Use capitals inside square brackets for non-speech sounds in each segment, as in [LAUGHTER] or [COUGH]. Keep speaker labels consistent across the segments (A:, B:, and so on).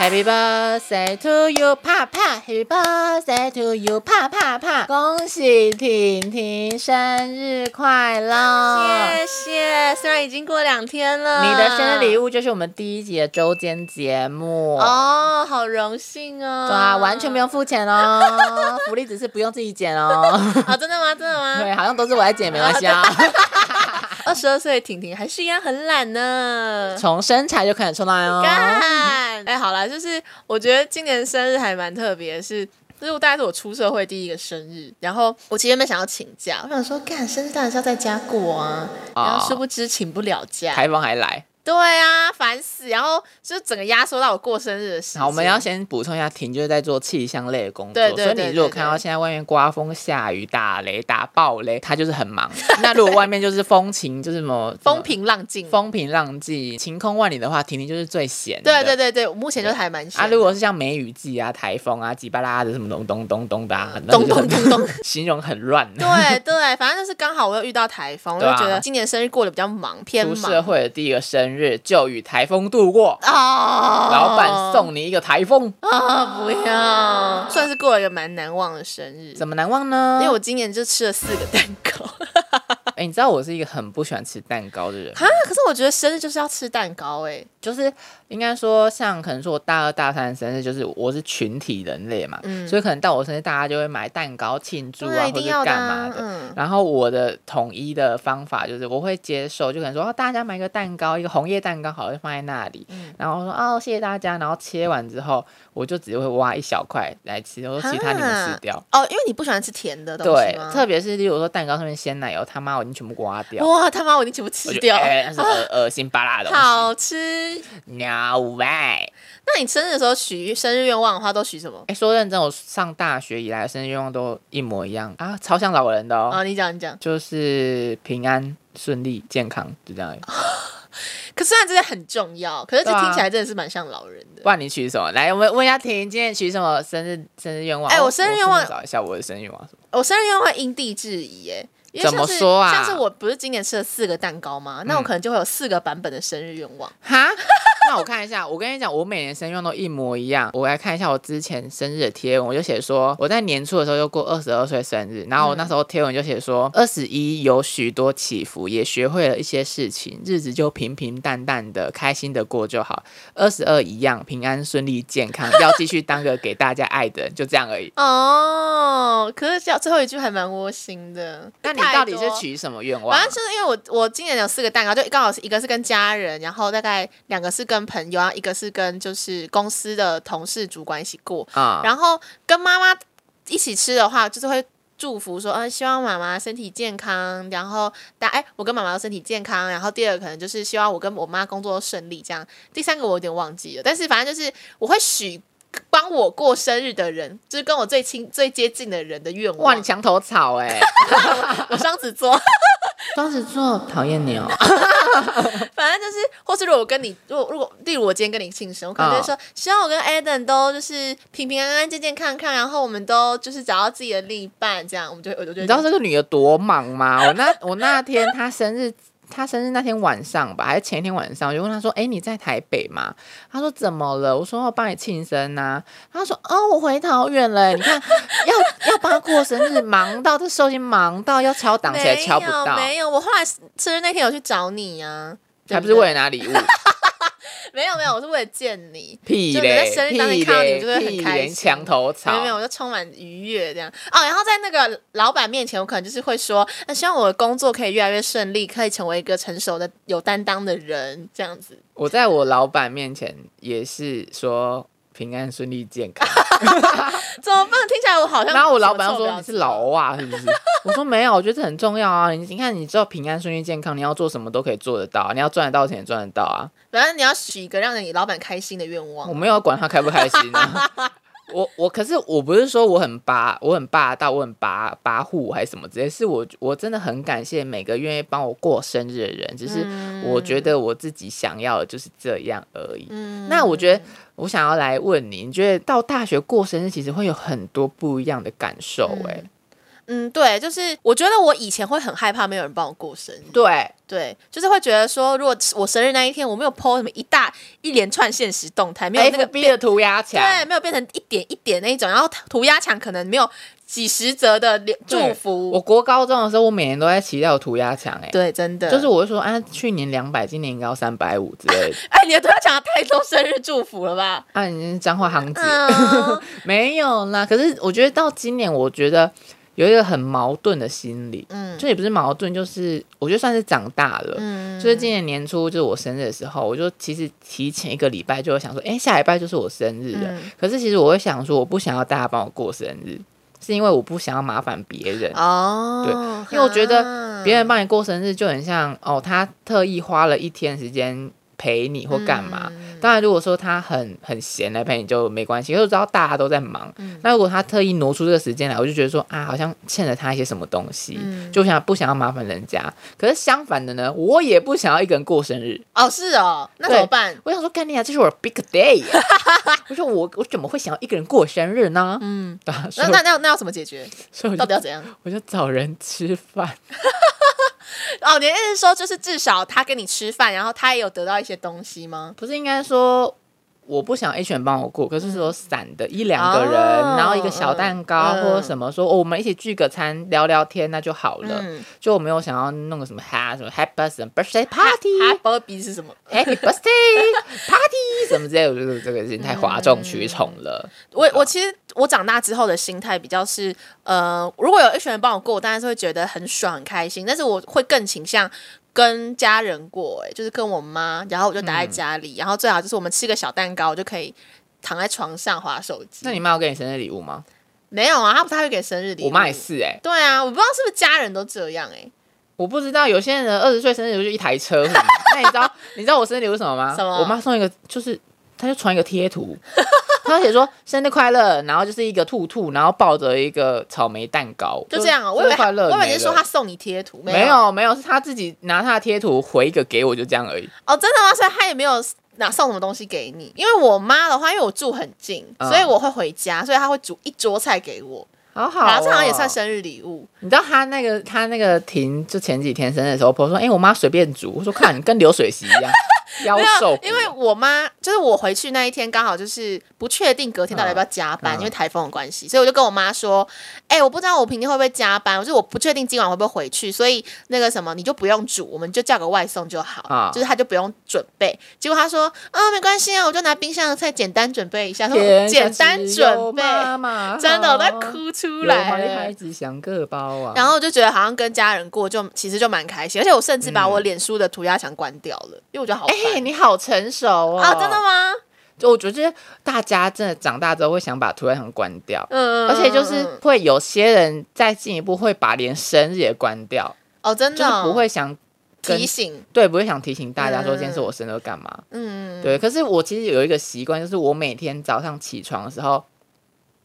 A: Happy birthday to you，啪啪！Happy birthday to you，啪啪啪！恭喜婷婷生日快乐！
B: 谢谢，虽然已经过两天了，
A: 你的生日礼物就是我们第一集的周间节目。
B: 哦，好荣幸哦！
A: 对啊，完全不用付钱
B: [LAUGHS]
A: 哦，福利只是不用自己剪哦。
B: 啊，真的吗？真的
A: [LAUGHS]
B: 吗？
A: 对，好像都是我在剪，没关系啊。
B: 二十二岁的婷婷还是一样很懒呢。
A: 从身材就看得出来哦。
B: [LAUGHS] 干，哎，好啦，就是我觉得今年生日还蛮特别，是。就是我大概是我出社会第一个生日，然后我其实原本想要请假，我想说干生日当然是要在家过啊，
A: 哦
B: 然后殊不知请不了假，
A: 台风还来，
B: 对啊，烦死，然后就是整个压缩到我过生日的时间。
A: 好，我们要先补充一下，婷就是在做气象类的工作，
B: 对对
A: 所以
B: 对
A: 你如果
B: 对
A: 看到
B: 对
A: 现在外面刮风、下雨、打雷、打暴雷，他就是很忙。那如果外面就是风晴，就是什么
B: [LAUGHS] 风、平浪静，
A: 风平浪静、晴空万里的话，婷婷就是最闲的。
B: 对对对对，我目前就还蛮闲
A: 啊，
B: 的。
A: 如果是像梅雨季啊、台风啊、吉巴拉的什么咚咚咚咚的、啊，
B: 咚咚咚咚，
A: [LAUGHS] 形容很乱。 [LAUGHS]
B: 对啊对，反正就是刚好我又遇到台风，我就
A: 对啊
B: 觉得今年生日过得比较忙，偏
A: 出社
B: 忙。
A: 会的第一个生日就与台风度过，
B: 哦，
A: 老板送你一个台风，
B: 啊、不
A: [LAUGHS]
B: 要，算是过了一个蛮难忘的生日，
A: 怎么难忘呢？
B: 因为我今年就吃了四个蛋
A: [LAUGHS]
B: 糕
A: 哎、你知道我是一个很不喜欢吃蛋糕的人，
B: 啊，可是我觉得生日就是要吃蛋糕哎、
A: 就是应该说，像可能说我大二大三的生日，就是我是群体人类嘛，
B: 嗯
A: 所以可能到我生日，大家就会买蛋糕庆祝啊，
B: 一
A: 或
B: 定
A: 者
B: 要的、
A: 干嘛的。
B: 嗯。
A: 然后我的统一的方法就是，我会接受，就可能说，哦，大家买个蛋糕，一个红叶蛋糕，好，就放在那里。
B: 嗯
A: 然后我说，哦，谢谢大家。然后切完之后，我就只会挖一小块来吃，我说其他你们吃
B: 啊
A: 掉。
B: 哦，因为你不喜欢吃甜的东西
A: 对，
B: 吗？
A: 特别是例如说蛋糕上面鲜奶油，他妈我已经全部刮掉，
B: 哇，他妈我已经全部
A: 我
B: 吃
A: 就
B: 掉， [LAUGHS]
A: 哎那是恶恶心巴拉的东西。
B: 好吃。
A: No way！
B: 那你生日的时候许生日愿望的话，都许什么？
A: 哎、说认真，我上大学以来的生日愿望都一模一样啊，超像老人的哦，
B: 啊，你讲你讲。
A: 就是平安、顺利、健康，就这样而已。
B: 可虽然这些很重要，可是这
A: 对啊
B: 听起来真的是蛮像老人的。
A: 不然你许什么？来，我们问一下婷，今天取什么生日生日愿望？
B: 哎
A: 哦
B: 我生日愿望
A: 顺便找一下我的生日愿望是什么。
B: 哦我生日愿望因地制宜哎，因
A: 怎
B: 为像是
A: 么说啊嗯
B: 像是我不是今年吃了四个蛋糕吗？那我可能就会有四个版本的生日愿望。
A: 哈？ [LAUGHS] 那我看一下，我跟你讲，我每年生日愿望都一模一样。我来看一下我之前生日的贴文，我就写说我在年初的时候就过二十二岁生日，然后我那时候贴文就写说二十一有许多起伏，也学会了一些事情，日子就平平淡淡的，开心的过就好。二十二一样平安顺利健康，要继续当个给大家爱的人，就这样而已。
B: 哦，可是讲最后一句还蛮窝心的。
A: 那你
B: 太
A: 到底是
B: 多
A: 取什么愿望啊？
B: 反正就是因为我我今年有四个蛋糕，就刚好是一个是跟家人，然后大概两个是跟朋友，然后一个是跟就是公司的同事主管一起过，
A: 啊，
B: 然后跟妈妈一起吃的话，就是会祝福说，嗯、希望妈妈身体健康，然后大哎，我跟妈妈都身体健康，然后第二个可能就是希望我跟我妈工作都顺利这样，第三个我有点忘记了，但是反正就是我会许帮我过生日的人，就是跟我最亲最接近的人的愿望。
A: 哇，
B: [LAUGHS]
A: 你墙头草哎、
B: 我双子座。
A: [LAUGHS] 双子座讨厌你哦。
B: 反正就是，或是如果我跟你，如果如果，例如我今天跟你庆生，我可能就会说，希望我跟 Eden 都就是平平安安、健健康康，然后我们都就是找到自己的另一半，这样我们就我就觉
A: 你
B: 得
A: 知道这个女的多忙吗？我那我那天她生日，她生日那天晚上吧，还是前一天晚上，我就问她说：“哎、你在台北吗？”她说：“怎么了？”我说：“我帮你庆生呐、她说：“哦，我回桃园了。你看，要要帮她过生日，忙到这时候已经忙到要敲档起来敲不到，
B: 没有，没有，我后来生日那天有去找你呀、啊，
A: 还不是
B: 对
A: 为了拿礼物？
B: 对没有没有，我是为了见你。
A: 屁
B: 就
A: 嘞！
B: 在生日当天
A: 屁
B: 看到你
A: 嘞！
B: 我就会很
A: 屁
B: 开
A: 嘞
B: 心
A: 墙头
B: 没
A: 草。
B: 有没有，我就充满愉悦这样哦。然后在那个老板面前，我可能就是会说，那希望我的工作可以越来越顺利，可以成为一个成熟的、有担当的人，这样子。
A: 我在我老板面前也是说平安顺利健康。”
B: 怎么办？听起来我 [LAUGHS] 好像……
A: 然后我老板又说你是
B: 老。
A: 老啊，是不是？我说没有，我觉得这很重要啊。你你看，你知道平安顺利健康，你要做什么都可以做得到啊，你要赚得到钱也赚得到啊。
B: 反正你要许一个让你老板开心的愿望
A: 我。没有管他开不开心啊。 [LAUGHS] 我我可是我不是说我很霸，我很霸道，我很跋跋扈还是什么之类，是我我真的很感谢每个愿意帮我过生日的人，只是我觉得我自己想要的就是这样而已。
B: 嗯
A: 那我觉得我想要来问你，你觉得到大学过生日其实会有很多不一样的感受、欸，哎、
B: 嗯，对，就是我觉得我以前会很害怕没有人帮我过生日，
A: 对，
B: 对，就是会觉得说，如果我生日那一天我没有 PO 什么一大一连串现实动态，没有那个
A: F B
B: 变，
A: 的涂鸦墙，
B: 对，没有哎变成一点一点那一种，然后涂鸦墙可能没有几十则的连祝
A: 对我
B: 福，
A: 国高中的时候，我每年都在期待有涂鸦墙，哎，
B: 对，真的
A: 就是我会说啊，去年两百，今年应该要三百五之类的。
B: [LAUGHS] 哎，你的涂鸦墙太多生日祝福了吧？
A: 啊，你是彰化行姐、
B: 嗯，
A: 没有啦。可是我觉得到今年，我觉得有一个很矛盾的心理，
B: 嗯
A: 就也不是矛盾，就是我觉得算是长大了。
B: 嗯
A: 就是今年年初，就是我生日的时候，我就其实提前一个礼拜就会想说，哎、下礼拜就是我生日了。
B: 嗯
A: 可是其实我会想说，我不想要大家帮我过生日，是因为我不想要麻烦别人。
B: 哦，
A: 对因为我觉得
B: 啊
A: 别人帮你过生日就很像哦，他特意花了一天时间陪你或干嘛。
B: 嗯
A: 当然，如果说他很很闲来陪你就没关系，因为我知道大家都在忙。
B: 嗯
A: 那如果他特意挪出这个时间来，我就觉得说啊，好像欠了他一些什么东西，
B: 嗯
A: 就想不想要麻烦人家。可是相反的呢，我也不想要一个人过生日。
B: 哦，是哦，那
A: 对
B: 怎么办？
A: 我想说，干你啊，这是我的 big day
B: [LAUGHS]
A: 啊、我说我我怎么会想要一个人过生日呢？
B: 嗯，
A: 对 [LAUGHS] 啊所
B: 那
A: 以
B: 那那那要怎么解决？
A: 我所以
B: 到
A: 我
B: 底要
A: 就
B: 怎样？
A: 我就找人吃饭。
B: [LAUGHS] 哦，你的意思是说，就是至少他跟你吃饭，然后他也有得到一些东西吗？
A: 不是应该说我不想一群人帮我过，可是说散的一两个人，
B: 哦
A: 然后一个小蛋糕
B: 嗯
A: 或者什么，说、哦、我们一起聚个餐聊聊天那就好了。
B: 嗯
A: 就我没有想要弄个什么 ha 什么 happy birthday party。
B: [LAUGHS] Happy 是什么？
A: Happy birthday party 什么之类的，我觉得这个已经太哗众取宠了。
B: 我我其实我长大之后的心态比较是，呃，如果有一群人帮我过，我当然是会觉得很爽很开心，但是我会更倾向。跟家人过、哎，就是跟我妈，然后我就待在
A: 嗯
B: 家里，然后最好就是我们吃个小蛋糕，我就可以躺在床上划手机。
A: 那你妈有给你生日礼物吗？
B: 没有啊？她不太会给生日礼物。
A: 我妈也。是哎、
B: 对啊，我不知道是不是家人都这样哎、
A: 我不知道有些人二十岁生日就一台
B: [LAUGHS]
A: 车什么。那你知道你知道我生日礼物是什么吗？
B: 什么
A: 我妈送一个，就是她就传一个贴图， [LAUGHS] 她写说生日快乐，然后就是一个兔兔，然后抱着一个草莓蛋糕，
B: 就这样啊、我
A: 生
B: 以为
A: 日快乐
B: 我以为
A: 没
B: 你
A: 了
B: 是说她送你贴图，
A: 没有没有，是她自己拿她的贴图回一个给我，就这样而已。
B: 哦，真的吗？所以他也没有拿送什么东西给你。因为我妈的话，因为我住很近，
A: 嗯
B: 所以我会回家，所以她会煮一桌菜给我。
A: 好好、
B: 然后这好啊像也算。生日礼物。
A: 你知道她那个她那个婷就前几天生日的时候，婆说：“哎、我妈随便煮。”我说：“看跟流水席一样，腰
B: [LAUGHS] 没
A: 瘦
B: 有啊
A: 骨。”，
B: 因为我妈就是我回去那一天刚好就是不确定隔天到底要不要加班，
A: 嗯
B: 因为台风的关系，所以我就跟我妈说：“哎、我不知道我平天会不会加班，我就是我不确定今晚会不会回去，所以那个什么你就不用煮，我们就叫个外送就好，
A: 啊
B: 就是她就不用准备。”结果她说：“啊，没关系啊，我就拿冰箱的菜简单准备一下，
A: 天
B: 简
A: 下
B: 单
A: 只
B: 准
A: 有
B: 备。”
A: 妈妈
B: 真的，我在
A: 好
B: 哭出
A: 有怀
B: 来
A: 孩
B: 了。
A: 子想个包啊。
B: 然后我就觉得好像跟家人过就其实就蛮开心，而且我甚至把
A: 嗯
B: 我脸书的涂鸦墙关掉了，因为我觉得好烦。
A: 哎、你好成熟哦！
B: 啊，真的？吗？
A: 就我觉得大家真的长大之后会想把涂鸦墙关掉，
B: 嗯，
A: 而且就是会有些人再进一步会把连生日也关掉，
B: 哦，真
A: 就
B: 的
A: 是
B: 哦
A: 不会想跟
B: 提醒，
A: 对，不会想提醒大家说
B: 嗯
A: 今天是我生日干嘛。
B: 嗯，
A: 对，可是我其实有一个习惯，就是我每天早上起床的时候。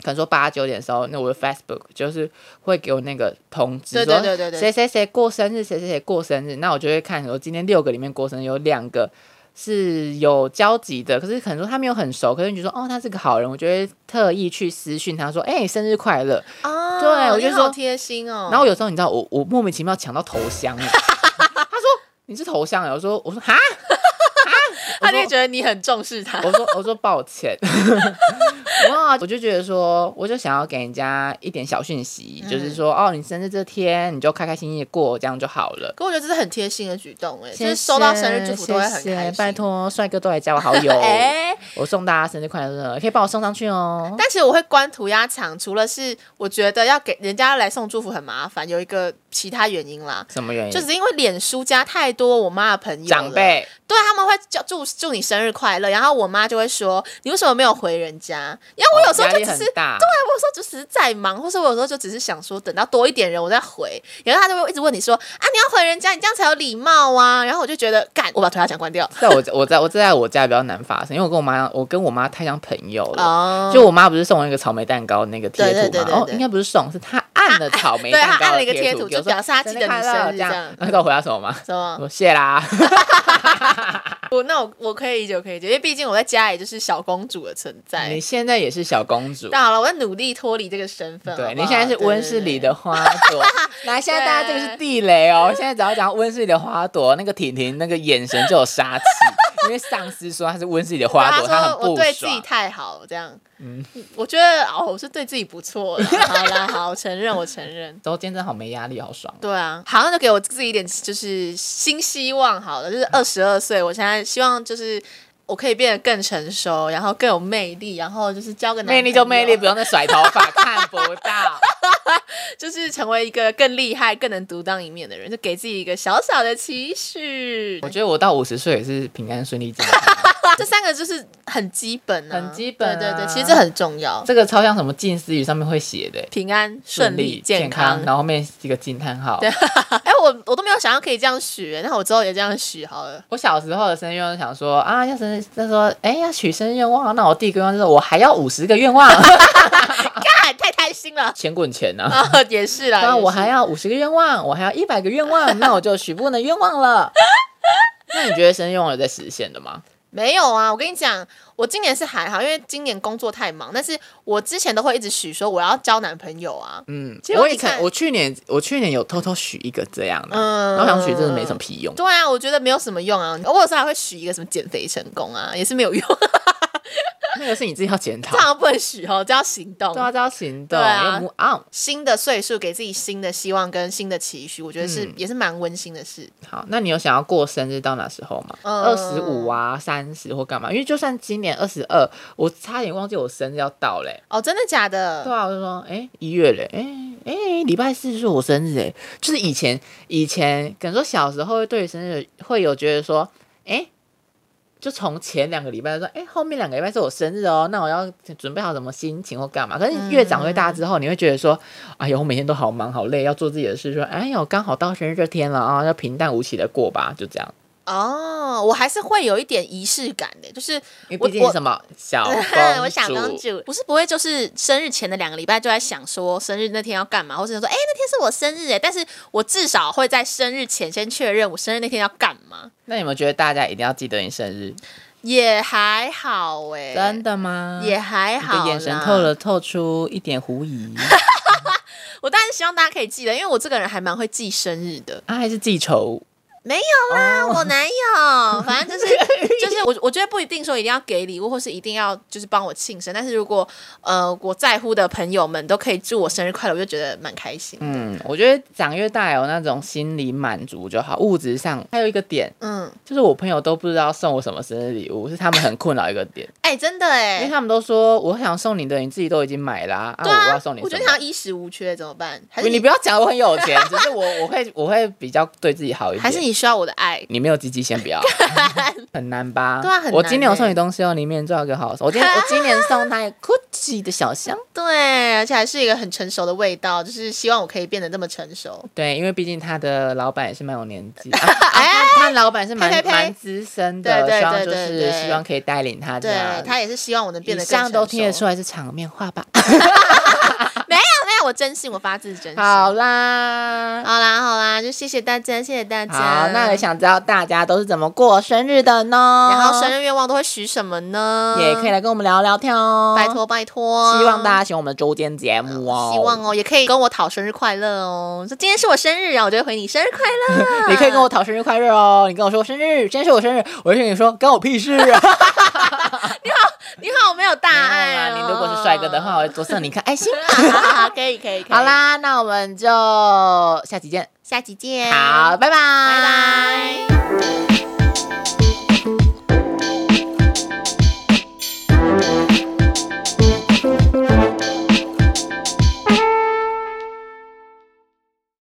A: 可能说八九点的时候，那我的 Facebook 就是会给我那个通知，
B: 对对对对
A: 说
B: 对
A: 谁谁谁过生日，谁谁谁过生日，那我就会看说今天六个里面过生日有两个是有交集的，可是可能说他没有很熟，可是你就说哦他是个好人，我就会特意去私讯他说哎、你生日快乐，
B: 哦，
A: 对我
B: 你
A: 就
B: 好
A: 说
B: 贴心哦。
A: 然后有时候你知道我我莫名其妙抢到头香了， [LAUGHS] 他说你是头香了，我说我说哈，
B: [LAUGHS]
A: 我
B: 他就
A: 说
B: 会觉得啊你很重视他，
A: 我说我说抱歉， [LAUGHS] 然后我就觉得说，我就想要给人家一点小讯息，
B: 嗯
A: 就是说哦，你生日这天你就开开心心的过，这样就好了。
B: 可我觉得这是很贴心的举动哎，就
A: 谢谢
B: 是收到生日祝福都会很
A: 谢谢
B: 开心。
A: 拜，托，帅哥都来加我
B: [LAUGHS]
A: 好友，
B: 哎，
A: 我送大家生日快乐，可以帮我送上去哦。
B: 但其实我会关涂鸦墙，除了是我觉得要给人家来送祝福很麻烦，有一个其他原因啦。
A: 什么原因？
B: 就只是因为脸书加太多我妈的朋友了
A: 哎长，辈
B: 对啊他们会叫祝祝你生日快乐，然后我妈就会说你为什么没有回人家？因为我有时候
A: 压
B: 就
A: 力
B: 只
A: 很
B: 是、
A: 大，啊
B: 对，我有时候就只是在忙，或是我有时候就只是想说，等到多一点人我再回。然后他就会一直问你说啊，你要回人家，你这样才有礼貌啊。然后我就觉得，干，我把涂鸦墙关掉。
A: 在我我在我这在我家比较难发生，因为我跟我妈我跟我妈太像朋友了。
B: 哦
A: 嗯就我妈不是送我一个草莓蛋糕那个贴图
B: 对
A: 嘛，
B: 对对对
A: 哦，
B: 对
A: 应该不是送，是她按看的啊草莓
B: 对
A: 蛋
B: 他
A: 糕
B: 按了一
A: 的
B: 个贴
A: 图，
B: 图，
A: 比如
B: 就
A: 说
B: 表示他记
A: 真
B: 得
A: 的看
B: 你
A: 到
B: 生
A: 这
B: 日这
A: 样嗯
B: 样。。
A: 那你知道我回答什么吗？
B: 什么？
A: 我谢啦。
B: 我那我我可以理解，我可以理解，因为毕竟我在家里就是小公主的存
A: 你
B: 在。
A: 现在也是小公主。
B: 但好了，我在努力脱离这个身份。
A: 对，
B: 好不
A: 你
B: 好
A: 现在是温室里。
B: 对对对
A: 的花朵。来，现在大家这个是地雷哦。现在只要讲温室里的花朵，那个婷婷那个眼神就有杀气，因为上司说她是温室里的花朵，
B: 对
A: 她
B: 他
A: 很
B: 说我
A: 不
B: 对自己
A: 爽。
B: 太好，这样。嗯，我觉得哦，我是对自己不错啦。好啦，好，我承认，我承认。
A: 周间真的好没压力，好爽。
B: 对啊，好，那就给我自己一点就是新希望好了，就是二十二岁，我现在希望就是我可以变得更成熟，然后更有魅力，然后就是交个男
A: 魅力就魅力，不
B: 要
A: 用再甩头发，看不 [LAUGHS] 到。
B: 就是成为一个更厉害、更能独当一面的人，就给自己一个小小的期许
A: 我。觉得我到五十岁也是平安顺利健康。
B: 这三个就是很基本、啊，
A: 很基本啊
B: 对对对，其实这很重要。
A: 这个超像什么近思语上面会写的，
B: 平安顺利健康，
A: 然后后面一个惊叹号。
B: 哎、我我都没有想到可以这样许，那我之后也这样许好了。
A: 我小时候的生日愿望想说啊，要生日那时候哎要许生日愿望，那我第一个愿望就是我还要五十个愿
B: [LAUGHS]
A: 望，
B: 干，太贪心了
A: 钱滚钱啊！
B: 啊、也是啦。
A: 那我
B: 也是
A: 还要五十个愿望，我还要一百个愿
B: [LAUGHS]
A: 望，那我就许不能愿望了。那你觉得生日愿望有在实现的吗？
B: 没有啊，我跟你讲，我今年是还好，因为今年工作太忙，但是我之前都会一直许说我要交男朋友啊。
A: 嗯
B: 结，果
A: 我
B: 你
A: 以前
B: 看
A: 我去年我去年有偷偷许一个这样的，
B: 嗯
A: 然后想许真的没什么屁用。
B: 对啊，我觉得没有什么用啊。我有时候还会许一个什么减肥成功啊，也是没有用， [LAUGHS]
A: 那个是你自己要检讨
B: 这好，像不能许哦，这要行动。
A: 对啊，这要行动，
B: 对
A: 要
B: 啊
A: move on。
B: 新的岁数给自己新的希望跟新的期许，我觉得是、
A: 嗯
B: 也是蛮温馨的事。
A: 好，那你有想要过生日到哪时候吗？
B: 嗯
A: 二十五啊，三十或干嘛？因为就算今年二十二，我差点忘记我生日要到嘞、
B: 哦，真的假的？
A: 对啊，我就说，哎、一月嘞，哎、哎、礼拜四是我生日哎、就是以前以前，可能说小时候对于生日会有觉得说，哎、就从前两个礼拜说，哎、后面两个礼拜是我生日哦，那我要准备好什么心情或干嘛？可是越长越大之后，你会觉得说，哎呦，我每天都好忙好累，要做自己的事，说，哎呦，刚好到生日这天了啊，要平淡无奇的过吧，就这样。
B: 哦，我还是会有一点仪式感的，就是
A: 因为
B: 我
A: 毕竟
B: 我
A: 是什么小
B: [LAUGHS] 我想公主不是不会，就是生日前的两个礼拜就在想说生日那天要干嘛，或者说哎、那天是我生日哎，但是我至少会在生日前先确认我生日那天要干嘛，
A: 那你们觉得大家一定要记得你生日？
B: 也还好哎，
A: 真的吗？
B: 也还
A: 你
B: 好啦
A: 的眼神透了透出一点狐
B: [LAUGHS]
A: 疑，
B: 我当然希望大家可以记得，因为我这个人还蛮会记生日的。
A: 啊，还是记仇？
B: 没有啦，我哪有？反正就是 [LAUGHS] 就是我我觉得不一定说一定要给礼物，或是一定要就是帮我庆生。但是如果呃我在乎的朋友们都可以祝我生日快乐，我就觉得蛮开心。
A: 嗯，我觉得长越大有那种心理满足就好，物质上还有一个点，
B: 嗯，
A: 就是我朋友都不知道送我什么生日礼物，是他们很困扰一个点，
B: 哎、真的
A: 因
B: [LAUGHS] 哎、
A: 为他们都说我想送你的，你自己都已经买啦、啊，
B: 对
A: 我
B: 啊，
A: 要送你
B: 我觉
A: 什
B: 得你好
A: 么？
B: 像衣食无缺，怎么办？还是
A: 你不要讲我很有
B: [LAUGHS]
A: 钱，只是我我会我会比较对自己好一点。
B: 还是你需要我的
A: [LAUGHS]
B: 爱？
A: 你没有鸡鸡先不
B: [LAUGHS]
A: 要，很难吧？
B: 对啊很难
A: 我今年有送
B: 欸
A: 你东西哦，里面最好给好好送。我今天我今年送他 Gucci 的小箱，
B: 对，而且还是一个很成熟的味道，就是希望我可以变得那么成熟。
A: 对，因为毕竟他的老板也是蛮有年
B: [LAUGHS]
A: 纪，啊啊他他老板是蛮
B: 哎呸呸呸
A: 蛮资深的，
B: 对对
A: 希望就
B: 对对
A: 是
B: 对
A: 希望可以带领他这
B: 对
A: 样。
B: 他也是希望我能变
A: 啊以
B: 得更成
A: 上
B: 熟。
A: 都听得出来是场面话
B: [LAUGHS]
A: 吧？
B: 没有没有，我真心，我发自真心。
A: 好啦。
B: 好啦好啦，就谢谢大家，谢谢大家。
A: 好，那也，想知道大家都是怎么过生日的呢？
B: 然后生日愿望都会许什么呢？
A: 也可以，来跟我们聊聊天哦。
B: 拜，托拜托，
A: 希望大家喜欢我们的周间节目哦。。
B: 希望哦，也可以跟我讨生日快乐哦。说今天是我生日，然后我就会回你生日快乐 [LAUGHS]
A: 你可以跟我讨生日快乐哦，你跟我说生日，今天是我生日，我就跟你说关我屁事啊。
B: 你好，没有大
A: 没有
B: 爱、
A: 啦
B: 哦。
A: 你如果是帅哥的话，我会多送你一颗哎爱心。
B: 好， [LAUGHS] 可以可以可以。
A: 好，啦，那我们就下期见。
B: 下期见。
A: 好，，拜拜，
B: 拜
A: 拜
B: 哎拜。